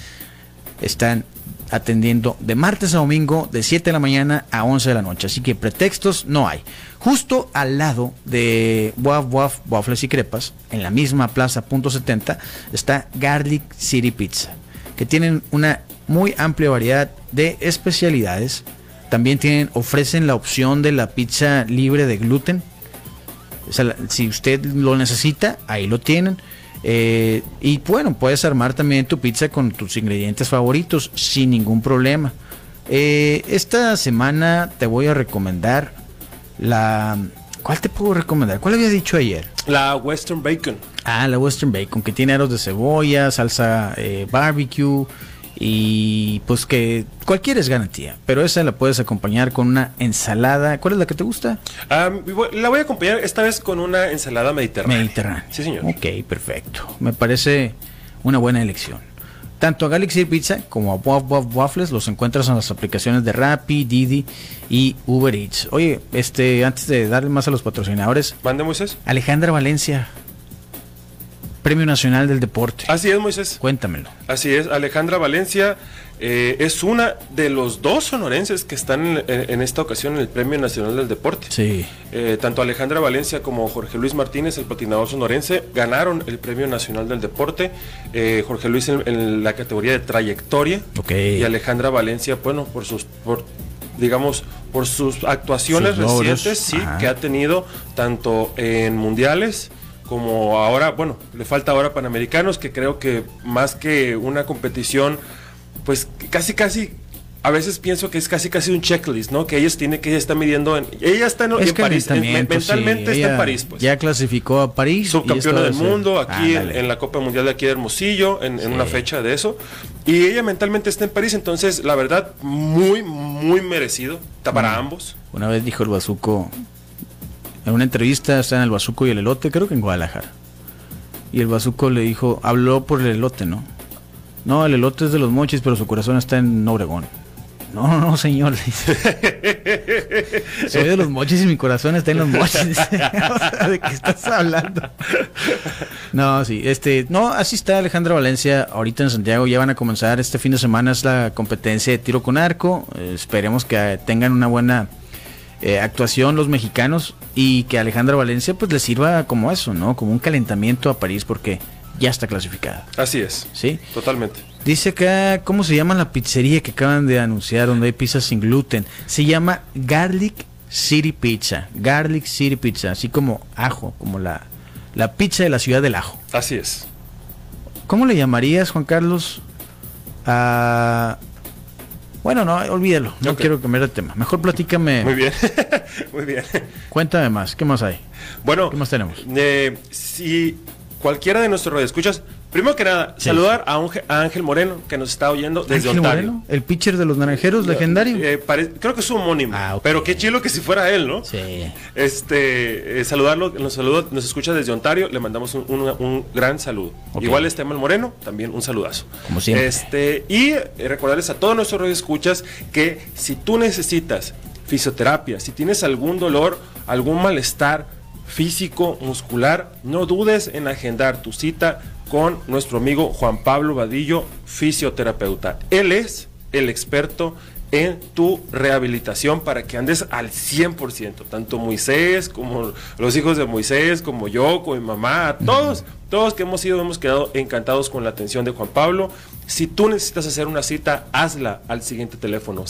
Speaker 2: Están atendiendo de martes a domingo, de 7 de la mañana a 11 de la noche. Así que pretextos no hay. Justo al lado de Waf Waf Waffles y Crepas, en la misma plaza, punto 70, está Garlic City Pizza que tienen una muy amplia variedad de especialidades. También tienen, ofrecen la opción de la pizza libre de gluten. O sea, la- si usted lo necesita, ahí lo tienen. Eh, y bueno, puedes armar también tu pizza con tus ingredientes favoritos sin ningún problema. Eh, esta semana te voy a recomendar la... ¿Cuál te puedo recomendar? ¿Cuál había dicho ayer?
Speaker 4: La Western Bacon.
Speaker 2: Ah, la Western Bacon, que tiene aros de cebolla, salsa eh, barbecue y pues que cualquier es garantía. Pero esa la puedes acompañar con una ensalada. ¿Cuál es la que te gusta?
Speaker 4: Ah, y voy- la voy a acompañar esta vez con una ensalada mediterránea.
Speaker 2: Mediterránea.
Speaker 4: Sí, señor.
Speaker 2: Ok, perfecto. Me parece una buena elección. Tanto a Galaxy Pizza como a Waf Waf Waffles los encuentras en las aplicaciones de Rappi, Didi y Uber Eats. Oye, este, antes de darle más a los patrocinadores,
Speaker 4: ¿Mande, Moisés?
Speaker 2: Alejandra Valencia, Premio Nacional del Deporte.
Speaker 4: Así es, Moisés.
Speaker 2: Cuéntamelo.
Speaker 4: Así es, Alejandra Valencia eh, es una de los dos sonorenses que están en, en- en esta ocasión en el Premio Nacional del Deporte.
Speaker 2: Sí.
Speaker 4: Eh, tanto Alejandra Valencia como Jorge Luis Martínez, el patinador sonorense, ganaron el Premio Nacional del Deporte. Eh, Jorge Luis en, en la categoría de trayectoria
Speaker 2: Ok.
Speaker 4: y Alejandra Valencia, bueno, por sus, por, digamos, por sus actuaciones
Speaker 2: Sus logros.
Speaker 4: recientes, sí,
Speaker 2: Ajá.
Speaker 4: que ha tenido tanto en mundiales como ahora, bueno, le falta ahora Panamericanos, que creo que más que una competición, pues casi, casi. A veces pienso que es casi casi un checklist, ¿no? Que ellos tiene que ella está midiendo en ella está en,
Speaker 2: Es
Speaker 4: en París, en-
Speaker 2: calentamiento,
Speaker 4: mentalmente
Speaker 2: sí.
Speaker 4: está en
Speaker 2: Ella
Speaker 4: París, pues.
Speaker 2: Ya clasificó a París. y
Speaker 4: Subcampeona
Speaker 2: esto
Speaker 4: del
Speaker 2: es el-
Speaker 4: mundo, aquí en,
Speaker 2: Ándale.
Speaker 4: en la Copa Mundial de aquí de Hermosillo, en, en una fecha de eso. Y ella mentalmente está en París, entonces, la verdad, muy, muy merecido. Está para
Speaker 2: Mm.
Speaker 4: ambos.
Speaker 2: Una vez dijo el Bazuco, en una entrevista, está en el Bazuco y el elote, creo que en Guadalajara. Y el Bazuco le dijo, habló por el elote, ¿no? No, el elote es de los mochis, pero su corazón está en Obregón. No, no, señor. le dice. Soy de los mochis y mi corazón está en los mochis. dice. O sea, ¿De qué estás hablando? No, sí, este, no, así está Alejandra Valencia ahorita en Santiago, ya van a comenzar este fin de semana es la competencia de tiro con arco, eh, esperemos que eh, tengan una buena eh, actuación los mexicanos y que Alejandra Valencia pues le sirva como eso, ¿no? Como un calentamiento a París porque ya está clasificada,
Speaker 4: Así es.
Speaker 2: ¿sí?
Speaker 4: Totalmente.
Speaker 2: Dice acá, ¿cómo se llama la pizzería que acaban de anunciar donde hay pizza sin gluten? Se llama Garlic City Pizza, Garlic City Pizza, así como ajo, como la, la pizza de la ciudad del ajo.
Speaker 4: Así es.
Speaker 2: ¿Cómo le llamarías, Juan Carlos? A... Bueno, no, olvídalo. No
Speaker 4: Ok.
Speaker 2: quiero cambiar de tema. Mejor platícame.
Speaker 4: Muy bien, muy bien.
Speaker 2: Cuéntame más. ¿Qué más hay?
Speaker 4: Bueno,
Speaker 2: ¿Qué más tenemos?
Speaker 4: eh, si cualquiera de nuestros radioescuchas, primero que nada,
Speaker 2: Sí.
Speaker 4: saludar a, Unge- a Ángel Moreno, que nos está oyendo desde
Speaker 2: Ángel
Speaker 4: Ontario.
Speaker 2: Moreno, el pitcher de los naranjeros, legendario.
Speaker 4: Eh, pare- creo que es su homónimo.
Speaker 2: Ah, ok.
Speaker 4: Pero qué chilo que si fuera él, ¿no?
Speaker 2: sí.
Speaker 4: Este, eh, saludarlo, nos saluda, nos escucha desde Ontario, le mandamos un, un- un gran saludo.
Speaker 2: Ok.
Speaker 4: Igual este Emanuel Moreno, también un saludazo.
Speaker 2: Como siempre.
Speaker 4: Este, y eh, recordarles a todos nuestros escuchas que si tú necesitas fisioterapia, si tienes algún dolor, algún malestar físico, muscular, no dudes en agendar tu cita con nuestro amigo Juan Pablo Vadillo, fisioterapeuta. Él es el experto en tu rehabilitación para que andes al 100%. Tanto Moisés como los hijos de Moisés, como yo, como mi mamá, a todos, todos que hemos ido, hemos quedado encantados con la atención de Juan Pablo. Si tú necesitas hacer una cita, hazla al siguiente teléfono,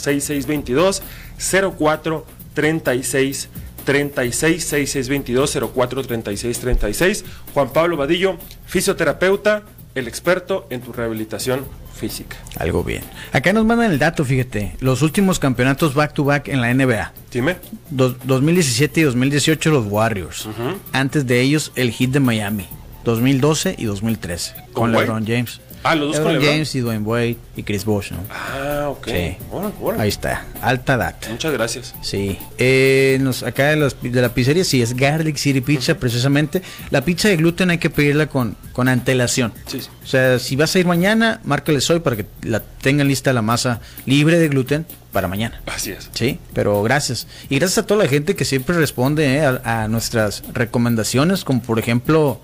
Speaker 4: 6622-0436. 36 6622 04 36 36 Juan Pablo Vadillo, fisioterapeuta, el experto en tu rehabilitación física.
Speaker 2: Algo bien. Acá nos mandan el dato, fíjate. Los últimos campeonatos back to back en la NBA.
Speaker 4: Dime.
Speaker 2: Dos- 2017 y 2018 los Warriors. Antes de ellos el Heat de Miami. 2012 y 2013 con,
Speaker 4: ¿Con Wade?
Speaker 2: LeBron James.
Speaker 4: Ah, los dos con
Speaker 2: LeBron
Speaker 4: LeBron.
Speaker 2: James y Dwayne Wade y Chris Bosh, ¿no?
Speaker 4: Ah, ok.
Speaker 2: Sí.
Speaker 4: Órale, órale.
Speaker 2: Ahí está. Alta data.
Speaker 4: Muchas gracias.
Speaker 2: Sí. Eh, nos- acá de, las- de la pizzería sí es Garlic City Pizza precisamente. La pizza de gluten hay que pedirla con, con antelación.
Speaker 4: Sí, sí.
Speaker 2: O sea, si vas a ir mañana, márcales hoy para que la tengan lista la masa libre de gluten para mañana.
Speaker 4: Así es.
Speaker 2: Sí, pero gracias. Y gracias a toda la gente que siempre responde eh, a, a nuestras recomendaciones, como por ejemplo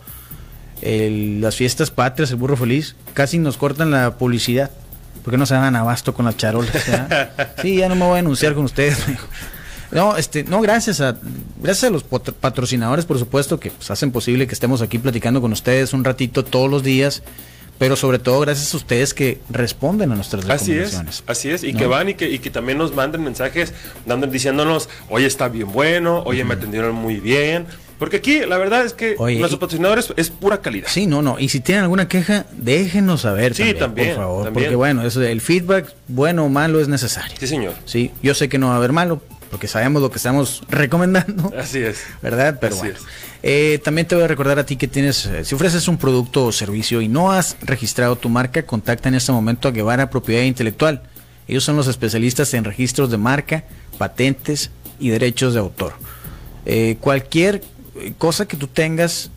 Speaker 2: el- las fiestas patrias, el burro feliz, casi nos cortan la publicidad. Porque no se dan abasto con las charolas. ¿verdad? sí, ya no me voy a anunciar con ustedes. me dijo. No, este, no, gracias a, gracias a los pot- patrocinadores, por supuesto, que pues, hacen posible que estemos aquí platicando con ustedes un ratito todos los días, pero sobre todo gracias a ustedes que responden a nuestras
Speaker 4: Así es,
Speaker 2: recomendaciones.
Speaker 4: así es, y
Speaker 2: ¿No?
Speaker 4: que van y que, y que también nos manden mensajes dando, diciéndonos, oye está bien bueno, oye me atendieron muy bien, porque aquí la verdad es que
Speaker 2: Oye,
Speaker 4: nuestros
Speaker 2: y-
Speaker 4: patrocinadores es pura calidad.
Speaker 2: Sí, no, no. Y si tienen alguna queja, déjenos saber.
Speaker 4: Sí, también,
Speaker 2: por favor.
Speaker 4: también.
Speaker 2: Porque bueno, eso, el feedback, bueno o malo, es necesario.
Speaker 4: Sí, señor.
Speaker 2: Sí, yo sé que no va a haber malo, porque sabemos lo que estamos recomendando.
Speaker 4: Así es.
Speaker 2: ¿Verdad? Pero
Speaker 4: Así
Speaker 2: bueno.
Speaker 4: es.
Speaker 2: Eh, también te voy a recordar a ti que tienes, eh, si ofreces un producto o servicio y no has registrado tu marca, contacta en este momento a Guevara Propiedad Intelectual. Ellos son los especialistas en registros de marca, patentes y derechos de autor. Eh, cualquier eh, cosa que tú tengas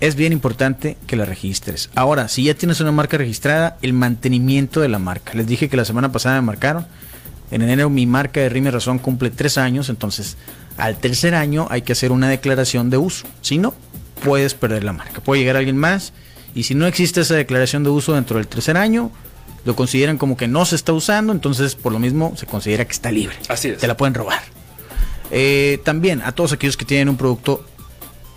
Speaker 2: es bien importante que la registres. Ahora, si ya tienes una marca registrada, el mantenimiento de la marca. Les dije que la semana pasada me marcaron. En enero mi marca de Rime Razón cumple tres años, entonces al tercer año hay que hacer una declaración de uso. Si no, puedes perder la marca. Puede llegar alguien más y si no existe esa declaración de uso dentro del tercer año, lo consideran como que no se está usando, entonces por lo mismo se considera que está libre.
Speaker 4: Así es.
Speaker 2: Te la pueden robar. Eh, también a todos aquellos que tienen un producto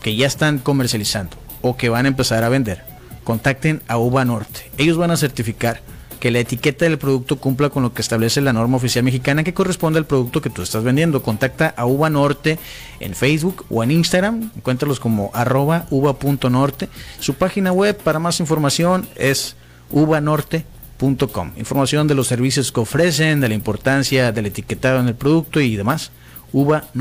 Speaker 2: que ya están comercializando o que van a empezar a vender, contacten a Uva Norte. Ellos van a certificar que la etiqueta del producto cumpla con lo que establece la norma oficial mexicana que corresponde al producto que tú estás vendiendo. Contacta a Uva Norte en Facebook o en Instagram. Encuéntralos como arroba uva.norte. Su página web para más información es uvanorte.com. Información de los servicios que ofrecen, de la importancia del etiquetado en el producto y demás.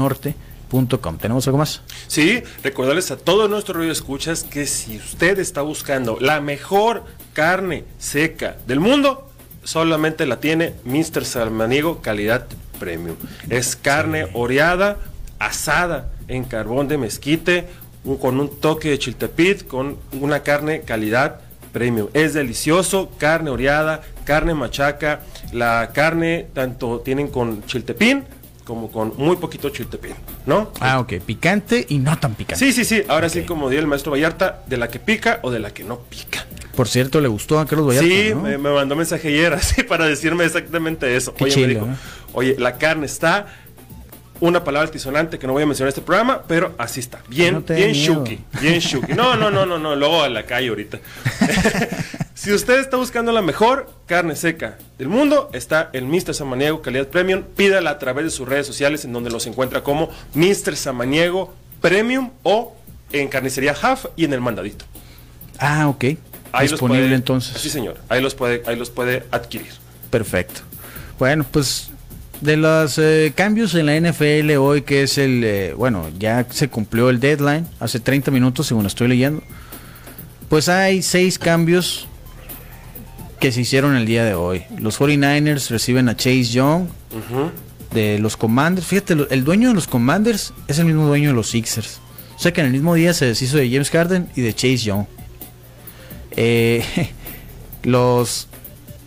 Speaker 2: uvanorte.com. ¿Tenemos algo más?
Speaker 4: Sí, recordarles a todos nuestros radioescuchas que si usted está buscando la mejor carne seca del mundo, solamente la tiene Mr. Salmaniego Calidad Premium. Es carne oreada, asada en carbón de mezquite, un- con un toque de chiltepit, con una carne calidad premium. Es delicioso, carne oreada, carne machaca, la carne tanto tienen con chiltepín como con muy poquito chiltepín, ¿no?
Speaker 2: Ah, ok. Picante y no tan picante.
Speaker 4: Sí, sí, sí. Ahora sí, como diría el maestro Vallarta, de la que pica o de la que no pica.
Speaker 2: Por cierto, le gustó a Carlos Vallarta.
Speaker 4: sí,
Speaker 2: ¿no?
Speaker 4: me, me mandó mensaje ayer así para decirme exactamente eso.
Speaker 2: Qué ¿eh?
Speaker 4: oye,
Speaker 2: chido,
Speaker 4: me dijo,
Speaker 2: ¿no?
Speaker 4: oye, la carne está, una palabra altisonante que no voy a mencionar en este programa, pero así está. Bien,
Speaker 2: No te dé
Speaker 4: bien
Speaker 2: miedo.
Speaker 4: shuki, bien shuki. No, no, no, no, no, luego a la calle ahorita. si usted está buscando la mejor carne seca del mundo, está el Mr. Samaniego Calidad Premium. Pídala a través de sus redes sociales en donde los encuentra como Mr. Samaniego Premium o en Carnicería Half y en El Mandadito.
Speaker 2: Ah, ok.
Speaker 4: ahí los
Speaker 2: disponible
Speaker 4: puede-
Speaker 2: entonces.
Speaker 4: Sí, señor. Ahí los puede, ahí los puede adquirir.
Speaker 2: Perfecto. Bueno, pues de los eh, cambios en la NFL hoy, que es el, eh, bueno, ya se cumplió el deadline hace 30 minutos, según estoy leyendo, pues hay seis cambios que se hicieron el día de hoy. Los 49ers reciben a Chase Young de los Commanders. Fíjate, lo- el dueño de los Commanders es el mismo dueño de los Sixers. O sea que en el mismo día se deshizo de James Harden y de Chase Young. Eh, los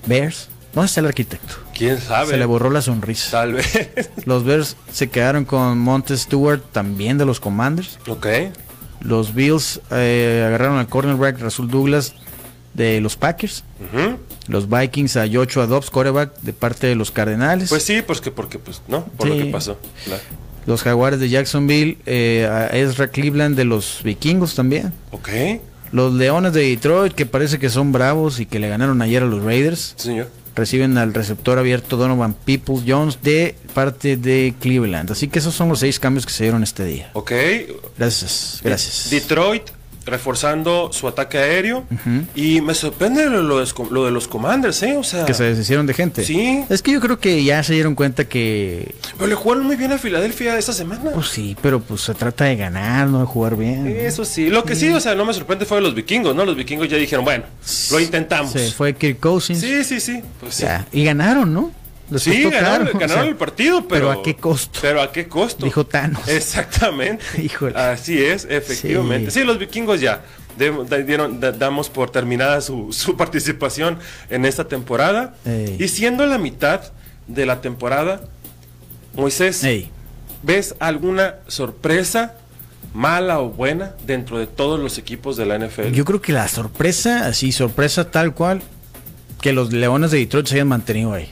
Speaker 2: Bears. ¿Dónde está el arquitecto?
Speaker 4: ¿Quién sabe?
Speaker 2: Se le borró la sonrisa.
Speaker 4: Tal vez.
Speaker 2: Los Bears se quedaron con Montes Stewart, también de los Commanders.
Speaker 4: ok.
Speaker 2: Los Bills eh, agarraron al cornerback Rasul Douglas de los Packers.
Speaker 4: Ujú.
Speaker 2: Los Vikings a Joshua Dobbs, coreback de parte de los Cardenales.
Speaker 4: Pues sí, pues que, porque, pues, ¿no? Por
Speaker 2: Sí.
Speaker 4: lo que pasó. Claro.
Speaker 2: los Jaguares de Jacksonville eh, a Ezra Cleveland de los Vikingos también.
Speaker 4: Ok.
Speaker 2: Los Leones de Detroit, que parece que son bravos y que le ganaron ayer a los Raiders.
Speaker 4: Sí, señor.
Speaker 2: reciben al receptor abierto Donovan Peoples Jones de parte de Cleveland. Así que esos son los seis cambios que se dieron este día.
Speaker 4: Ok.
Speaker 2: Gracias, gracias.
Speaker 4: Detroit reforzando su ataque aéreo.
Speaker 2: Ujú.
Speaker 4: Y me sorprende lo, lo de, lo de los Commanders, ¿eh? O sea.
Speaker 2: Que se deshicieron de gente.
Speaker 4: Sí.
Speaker 2: Es que yo creo que ya se dieron cuenta que,
Speaker 4: Pero le jugaron muy bien a Filadelfia esta semana.
Speaker 2: pues sí, pero pues se trata de ganar, no de jugar bien.
Speaker 4: Eso sí. Lo que sí, o sea, no me sorprende fue de los vikingos, ¿no? Los vikingos ya dijeron, bueno, lo intentamos.
Speaker 2: Se fue Kirk Cousins.
Speaker 4: Sí, sí, sí. Pues sí.
Speaker 2: Ya. Y ganaron, ¿no? Les
Speaker 4: Sí,
Speaker 2: costó
Speaker 4: ganaron,
Speaker 2: caro, o
Speaker 4: ganaron
Speaker 2: sea,
Speaker 4: el partido, pero.
Speaker 2: ¿a qué costo?
Speaker 4: Pero a qué costo.
Speaker 2: Dijo Thanos.
Speaker 4: Exactamente.
Speaker 2: Híjole.
Speaker 4: Así es, efectivamente.
Speaker 2: Sí.
Speaker 4: Sí, los vikingos ya. de- da- dieron- da- damos por terminada su, su participación en esta temporada.
Speaker 2: Ey.
Speaker 4: Y siendo la mitad de la temporada, Moisés,
Speaker 2: Ey.
Speaker 4: ¿ves alguna sorpresa mala o buena dentro de todos los equipos de la NFL?
Speaker 2: Yo creo que la sorpresa, así sorpresa tal cual, que los Leones de Detroit se hayan mantenido ahí.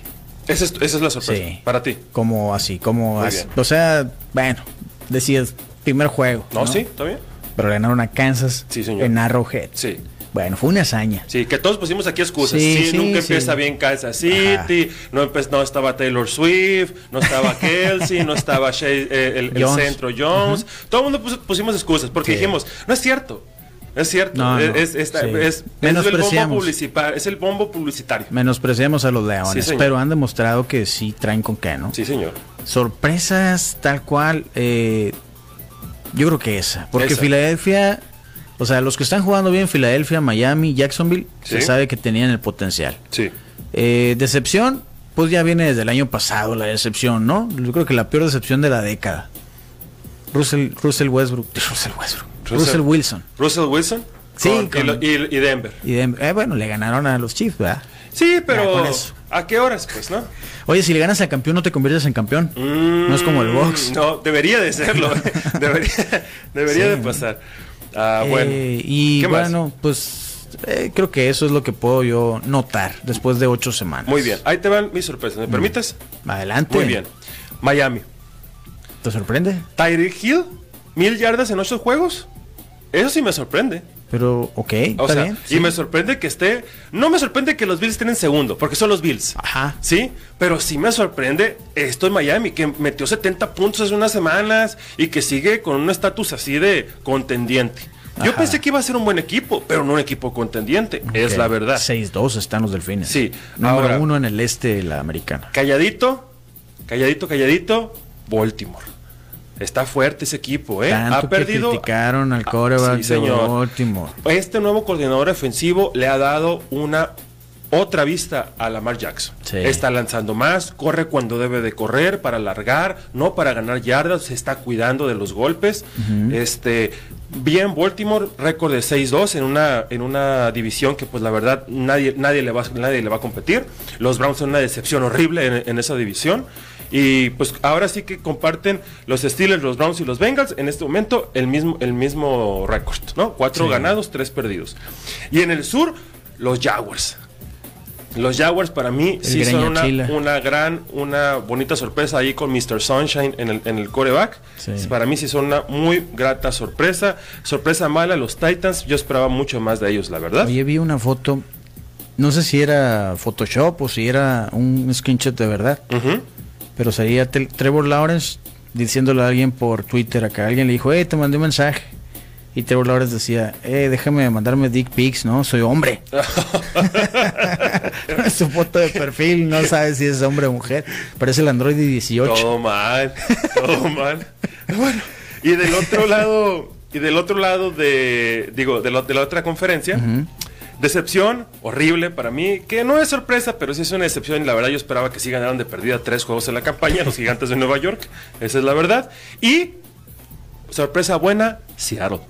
Speaker 4: Esa es, esa es la sorpresa
Speaker 2: Sí.
Speaker 4: para ti.
Speaker 2: Como así, como
Speaker 4: Muy
Speaker 2: así.
Speaker 4: bien.
Speaker 2: O sea, bueno, decías, primer juego.
Speaker 4: ¿No? ¿Sí? ¿Está bien?
Speaker 2: Pero ganaron a Kansas
Speaker 4: Sí, señor.
Speaker 2: en Arrowhead.
Speaker 4: Sí.
Speaker 2: Bueno, fue una hazaña.
Speaker 4: Sí, que todos pusimos aquí excusas.
Speaker 2: Sí,
Speaker 4: Sí,
Speaker 2: sí,
Speaker 4: nunca
Speaker 2: sí.
Speaker 4: empieza bien Kansas City, no, empe- no estaba Taylor Swift, no estaba Kelsey, no estaba Shea- eh, el, el
Speaker 2: Jones.
Speaker 4: centro Jones. Todo el mundo puso- pusimos excusas porque
Speaker 2: Sí.
Speaker 4: dijimos, no es cierto. Es cierto,
Speaker 2: No,
Speaker 4: es,
Speaker 2: no,
Speaker 4: es- esta-
Speaker 2: sí.
Speaker 4: es- es el bombo
Speaker 2: Menospreciamos.
Speaker 4: publicitar- es el bombo publicitario.
Speaker 2: Menospreciamos a los
Speaker 4: Sí,
Speaker 2: Leones,
Speaker 4: señor.
Speaker 2: pero han demostrado que sí traen con qué, ¿no?
Speaker 4: Sí, señor.
Speaker 2: Sorpresas tal cual, eh, yo creo que esa. Porque
Speaker 4: Esa.
Speaker 2: Filadelfia, o sea, los que están jugando bien, Filadelfia, Miami, Jacksonville, se
Speaker 4: Sí.
Speaker 2: sabe que tenían el potencial.
Speaker 4: Sí.
Speaker 2: Eh, decepción, pues ya viene desde el año pasado la decepción, ¿no? Yo creo que la peor decepción de la década. Russell, Russell Westbrook, Russell Westbrook, Russell, Wilson.
Speaker 4: Russell Wilson.
Speaker 2: Sí,
Speaker 4: con- y
Speaker 2: con-
Speaker 4: lo- y, y Denver.
Speaker 2: Y de- eh, bueno, le ganaron a los Chiefs, ¿verdad?
Speaker 4: Sí,
Speaker 2: Ya,
Speaker 4: pero
Speaker 2: con eso.
Speaker 4: ¿a qué horas, pues, no?
Speaker 2: Oye, si le ganas al campeón, no te conviertes en campeón. no es como el box.
Speaker 4: Mm, No, debería de serlo. eh. debería debería
Speaker 2: Sí,
Speaker 4: de
Speaker 2: ¿no?
Speaker 4: pasar. Ah,
Speaker 2: Eh,
Speaker 4: bueno.
Speaker 2: y
Speaker 4: ¿Qué más?
Speaker 2: bueno, pues eh, creo que eso es lo que puedo yo notar después de ocho semanas.
Speaker 4: Muy bien, ahí te van mis sorpresas.
Speaker 2: Mm.
Speaker 4: ¿Me permites?
Speaker 2: Adelante.
Speaker 4: Muy bien. Miami.
Speaker 2: ¿Te sorprende?
Speaker 4: Tyreek Hill, mil yardas en ocho juegos. Eso sí me sorprende.
Speaker 2: Pero, ok,
Speaker 4: O
Speaker 2: está
Speaker 4: sea,
Speaker 2: bien.
Speaker 4: y me sorprende que esté. No me sorprende que los Bills estén en segundo, porque son los Bills.
Speaker 2: Ajá.
Speaker 4: Sí, pero sí me sorprende esto en Miami, que metió 70 puntos hace unas semanas y que sigue con un estatus así de contendiente. Yo
Speaker 2: Ajá.
Speaker 4: pensé que iba a ser un buen equipo, pero no un equipo contendiente. Es
Speaker 2: Ok,
Speaker 4: la verdad.
Speaker 2: 6-2 están los delfines.
Speaker 4: Sí,
Speaker 2: Número
Speaker 4: ahora-
Speaker 2: uno en el este de la americana.
Speaker 4: Calladito, calladito, calladito, Baltimore. Está fuerte ese equipo, ¿eh?
Speaker 2: Tanto
Speaker 4: ha
Speaker 2: que
Speaker 4: perdido.
Speaker 2: criticaron al
Speaker 4: Ah,
Speaker 2: quarterback de
Speaker 4: señor.
Speaker 2: Baltimore.
Speaker 4: Este nuevo coordinador ofensivo le ha dado una otra vista a Lamar Jackson.
Speaker 2: Sí.
Speaker 4: Está lanzando más, corre cuando debe de correr para alargar, no para ganar yardas, se está cuidando de los golpes. Este bien Baltimore, récord de 6-2 en una en una división que pues la verdad nadie nadie le va nadie le va a competir. Los Browns son una decepción horrible en, en esa división. Y pues ahora sí que comparten los Steelers, los Browns y los Bengals en este momento el mismo el mismo récord, ¿no? Cuatro ganados, tres perdidos. Y en el sur los Jaguars. Los Jaguars para mí sí son una,
Speaker 2: Greñachila.
Speaker 4: una gran, una bonita sorpresa ahí con Mr. Sunshine en el, en el coreback.
Speaker 2: Sí.
Speaker 4: Para mí sí son una muy grata sorpresa. Sorpresa mala, los Titans. Yo esperaba mucho más de ellos, la verdad.
Speaker 2: Oye, vi una foto, no sé si era Photoshop o si era un screenshot de verdad,
Speaker 4: Ujú.
Speaker 2: pero sería Tel- Trevor Lawrence diciéndole a alguien por Twitter acá. Alguien le dijo, hey, te mandé un mensaje. Y Trevor Lawrence decía, eh, déjame mandarme dick pics, ¿no? Soy hombre. Su foto de perfil no sabe si es hombre o mujer. Parece el Android 18.
Speaker 4: Todo mal, todo mal. Bueno, y del otro lado, y del otro lado de, digo, de, la- de la otra conferencia, decepción horrible para mí, que no es sorpresa, pero sí es una decepción. La verdad, yo esperaba que sí ganaran de perdida tres juegos en la campaña, los gigantes de Nueva York, esa es la verdad. Y, sorpresa buena, Seattle.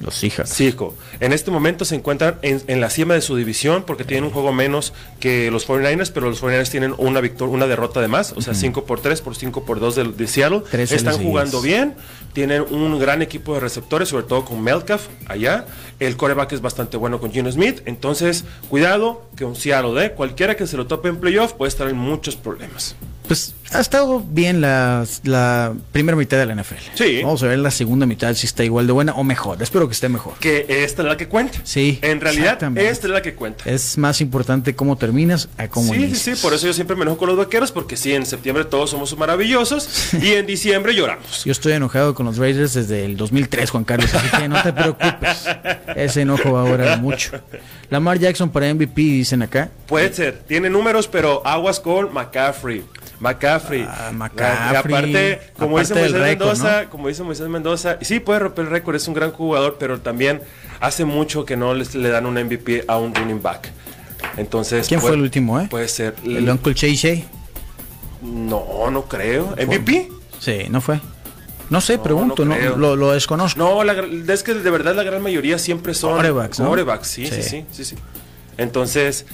Speaker 2: Los hijas.
Speaker 4: Sí, hijo. En este momento se encuentran en, en la cima de su división porque tienen un juego menos que los 49ers, pero los 49ers tienen una victoria, una derrota de más, o sea, 5 por 3 por 5 por 2 de, de Seattle.
Speaker 2: Tres
Speaker 4: Están
Speaker 2: LCS.
Speaker 4: jugando bien, tienen un gran equipo de receptores, sobre todo con Melcalf allá. El coreback es bastante bueno con Gino Smith, entonces cuidado que un Seattle, ¿eh? cualquiera que se lo tope en playoff puede estar en muchos problemas.
Speaker 2: Pues ha estado bien la, la primera mitad de la NFL.
Speaker 4: Sí.
Speaker 2: Vamos a ver la segunda mitad si está igual de buena o mejor. Espero que esté mejor.
Speaker 4: Que esta es la que cuenta.
Speaker 2: Sí,
Speaker 4: En realidad,
Speaker 2: exactamente.
Speaker 4: esta es la que cuenta.
Speaker 2: Es más importante cómo terminas a cómo
Speaker 4: Sí, sí,
Speaker 2: inicias.
Speaker 4: sí, por eso yo siempre me enojo con los vaqueros, porque sí, en septiembre todos somos maravillosos y en diciembre lloramos.
Speaker 2: Yo estoy enojado con los Raiders desde el 2003, Juan Carlos, así que no te preocupes. Ese enojo va a durar mucho. Lamar Jackson para MVP, dicen acá.
Speaker 4: Puede ser, tiene números, pero aguas con McCaffrey. McCaffrey.
Speaker 2: Ah,
Speaker 4: Y
Speaker 2: McCaffrey.
Speaker 4: Aparte, como
Speaker 2: Aparte
Speaker 4: dice
Speaker 2: del
Speaker 4: Moisés
Speaker 2: récord,
Speaker 4: Mendoza, como dice Moisés Mendoza, y sí, puede romper el récord, es un gran jugador, pero también hace mucho que no les, le dan un MVP a un running back. Entonces,
Speaker 2: ¿Quién fue
Speaker 4: puede-
Speaker 2: el último, eh?
Speaker 4: Puede ser.
Speaker 2: El Uncle Shay Shay.
Speaker 4: No, no creo. ¿MVP?
Speaker 2: Sí, no fue. No sé,
Speaker 4: No,
Speaker 2: pregunto,
Speaker 4: no
Speaker 2: no,
Speaker 4: creo.
Speaker 2: lo, lo desconozco.
Speaker 4: No, la gr- es que de verdad la gran mayoría siempre son
Speaker 2: Quarterbacks, ¿no?
Speaker 4: quarterbacks, sí, sí,
Speaker 2: Sí.
Speaker 4: sí, sí, sí. Entonces,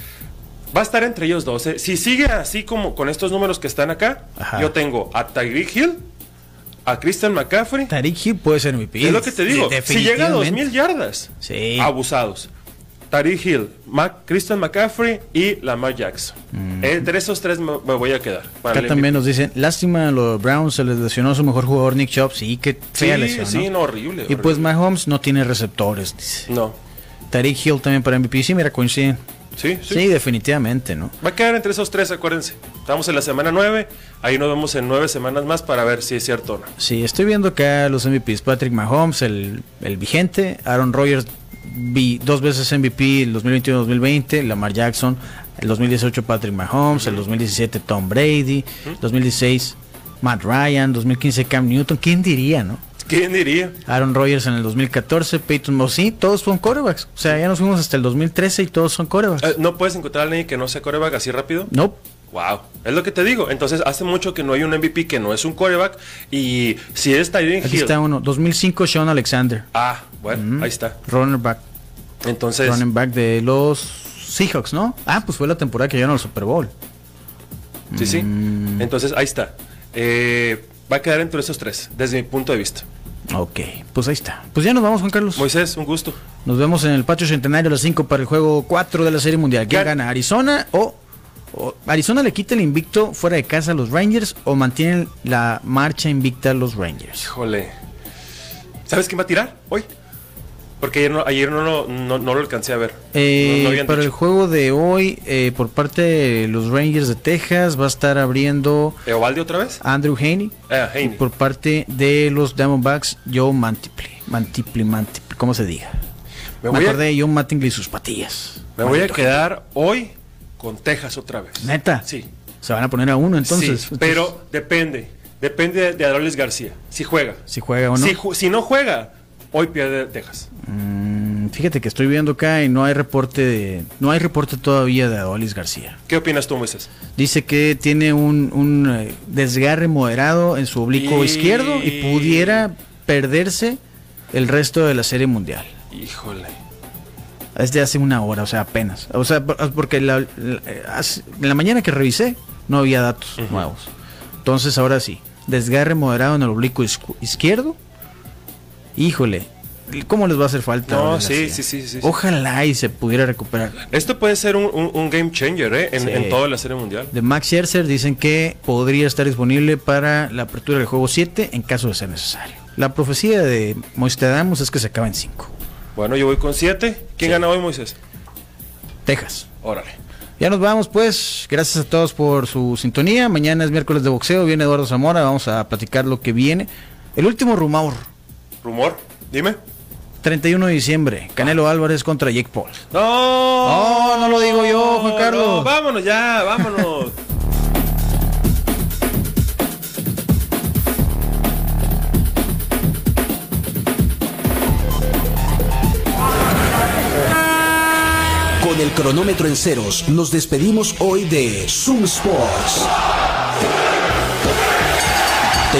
Speaker 4: va a estar entre ellos dos. ¿eh? Si sigue así como con estos números que están acá,
Speaker 2: Ajá.
Speaker 4: yo tengo a Tyreek Hill, a Christian McCaffrey.
Speaker 2: Tariq Hill puede ser MVP.
Speaker 4: es lo que te digo.
Speaker 2: De-
Speaker 4: Si llega a
Speaker 2: definitivamente.
Speaker 4: 2000 yardas,
Speaker 2: Sí.
Speaker 4: abusados. Tyreek Hill, Mac, Christian McCaffrey y Lamar Jackson. Entre esos tres me, me voy a quedar. para
Speaker 2: Acá
Speaker 4: el
Speaker 2: Mm. también
Speaker 4: MVP.
Speaker 2: nos dicen, lástima a los Browns, se les lesionó su mejor jugador Nick Chubb, sí, que fea
Speaker 4: Sí,
Speaker 2: lesión,
Speaker 4: sí,
Speaker 2: ¿no?
Speaker 4: no, horrible.
Speaker 2: Y pues
Speaker 4: horrible.
Speaker 2: Mahomes no tiene receptores, dice.
Speaker 4: No.
Speaker 2: Tariq Hill también para MVP, sí, mira, coinciden.
Speaker 4: Sí, sí.
Speaker 2: Sí, definitivamente, ¿no?
Speaker 4: Va a quedar entre esos tres, acuérdense. Estamos en la semana 9. Ahí nos vemos en nueve semanas más para ver si es cierto o no.
Speaker 2: Sí, estoy viendo acá los MVPs. Patrick Mahomes, el, el vigente. Aaron Rodgers, vi- dos veces MVP el 2021-2020. Lamar Jackson, el 2018 Patrick Mahomes, el 2017 Tom Brady, 2016 Matt Ryan, 2015 Cam Newton. ¿Quién diría, no?
Speaker 4: ¿Quién diría?
Speaker 2: Aaron Rodgers en el 2014, Peyton Mossy, sí, todos fueron corebacks. O sea, ya nos fuimos hasta el 2013 y todos son corebacks.
Speaker 4: Eh, ¿No puedes encontrar a alguien que no sea coreback así rápido?
Speaker 2: no,
Speaker 4: Wow, es lo que te digo. Entonces, hace mucho que no hay un MVP que no es un coreback. Y si es Tyreek
Speaker 2: aquí
Speaker 4: Hill.
Speaker 2: está uno. 2005 Sean Alexander, Mm.
Speaker 4: Ah, bueno, ahí está.
Speaker 2: running back,
Speaker 4: Entonces,
Speaker 2: running back de los Seahawks, ¿no? Ah, pues fue la temporada que llegaron al Super Bowl.
Speaker 4: sí, sí.
Speaker 2: Mm.
Speaker 4: Entonces, ahí está. Eh, va a quedar entre esos tres, desde mi punto de vista.
Speaker 2: Ok, pues ahí está. Pues ya nos vamos, Juan Carlos.
Speaker 4: Moisés, un gusto.
Speaker 2: Nos vemos en el patio centenario a las 5 para el juego 4 de la Serie Mundial. ¿Quién
Speaker 4: Gan-
Speaker 2: gana? ¿Arizona o, o- Arizona le quita el invicto fuera de casa a los Rangers o mantienen la marcha invicta a los Rangers?
Speaker 4: Híjole. ¿Sabes quién va a tirar hoy? Porque ayer no, ayer no, lo- no, no lo alcancé a ver.
Speaker 2: Eh,
Speaker 4: No- no habían
Speaker 2: para el
Speaker 4: dicho.
Speaker 2: juego de hoy, eh, por parte de los Rangers de Texas, va a estar abriendo
Speaker 4: ¿Eovaldi otra vez?
Speaker 2: Andrew Haney.
Speaker 4: Ah,
Speaker 2: Y
Speaker 4: Heine.
Speaker 2: por parte de los Diamondbacks, Joe Mantiple. Mantiple, Mantiple, ¿cómo se diga?
Speaker 4: Me
Speaker 2: Me,
Speaker 4: voy a-
Speaker 2: acordé de Joe Mantiple y sus patillas.
Speaker 4: Me voy a
Speaker 2: Maldito
Speaker 4: quedar hoy con Texas otra vez.
Speaker 2: ¿Neta?
Speaker 4: Sí.
Speaker 2: Se van a poner a uno entonces.
Speaker 4: Sí, pero depende. Depende de- de Adoles García. Si juega.
Speaker 2: Si juega o no.
Speaker 4: Si, ju- si no juega, hoy pierde Texas.
Speaker 2: Mm, Fíjate que estoy viendo acá y no hay reporte de, no hay reporte todavía de Adolis García.
Speaker 4: ¿Qué opinas tú, Moisés?
Speaker 2: Dice que tiene un, un, eh, desgarre moderado en su oblicuo
Speaker 4: Y-
Speaker 2: izquierdo y pudiera perderse el resto de la serie mundial.
Speaker 4: Híjole.
Speaker 2: Desde hace una hora, o sea, apenas. O sea, por- ah, porque la, la- eh, hace- en la mañana que revisé no había datos nuevos. Entonces ahora sí, desgarre moderado en el oblicuo iscu- izquierdo. Híjole, ¿cómo les va a hacer falta?
Speaker 4: No,
Speaker 2: ahora en la
Speaker 4: sí,
Speaker 2: serie?
Speaker 4: sí, sí, sí, sí.
Speaker 2: Ojalá y se pudiera recuperar.
Speaker 4: Esto puede ser un, un- un game changer, ¿eh? En,
Speaker 2: Sí.
Speaker 4: en toda la serie mundial.
Speaker 2: De Max Scherzer dicen que podría estar disponible para la apertura del juego 7 en caso de ser necesario. La profecía de Moistadamus es que se acaba en 5.
Speaker 4: Bueno, yo voy con siete. ¿Quién gana hoy, Moisés?
Speaker 2: Texas.
Speaker 4: Órale.
Speaker 2: Ya nos vamos, pues. Gracias a todos por su sintonía. Mañana es miércoles de boxeo. Viene Eduardo Zamora. Vamos a platicar lo que viene. El último rumor
Speaker 4: ¿Rumor? Dime.
Speaker 2: 31 de diciembre, Canelo Álvarez contra Jake Paul.
Speaker 4: No,
Speaker 2: No, no lo digo yo, Juan Carlos.
Speaker 4: no, vámonos ya, vámonos.
Speaker 3: Con el cronómetro en ceros, nos despedimos hoy de Zoom Sports. Te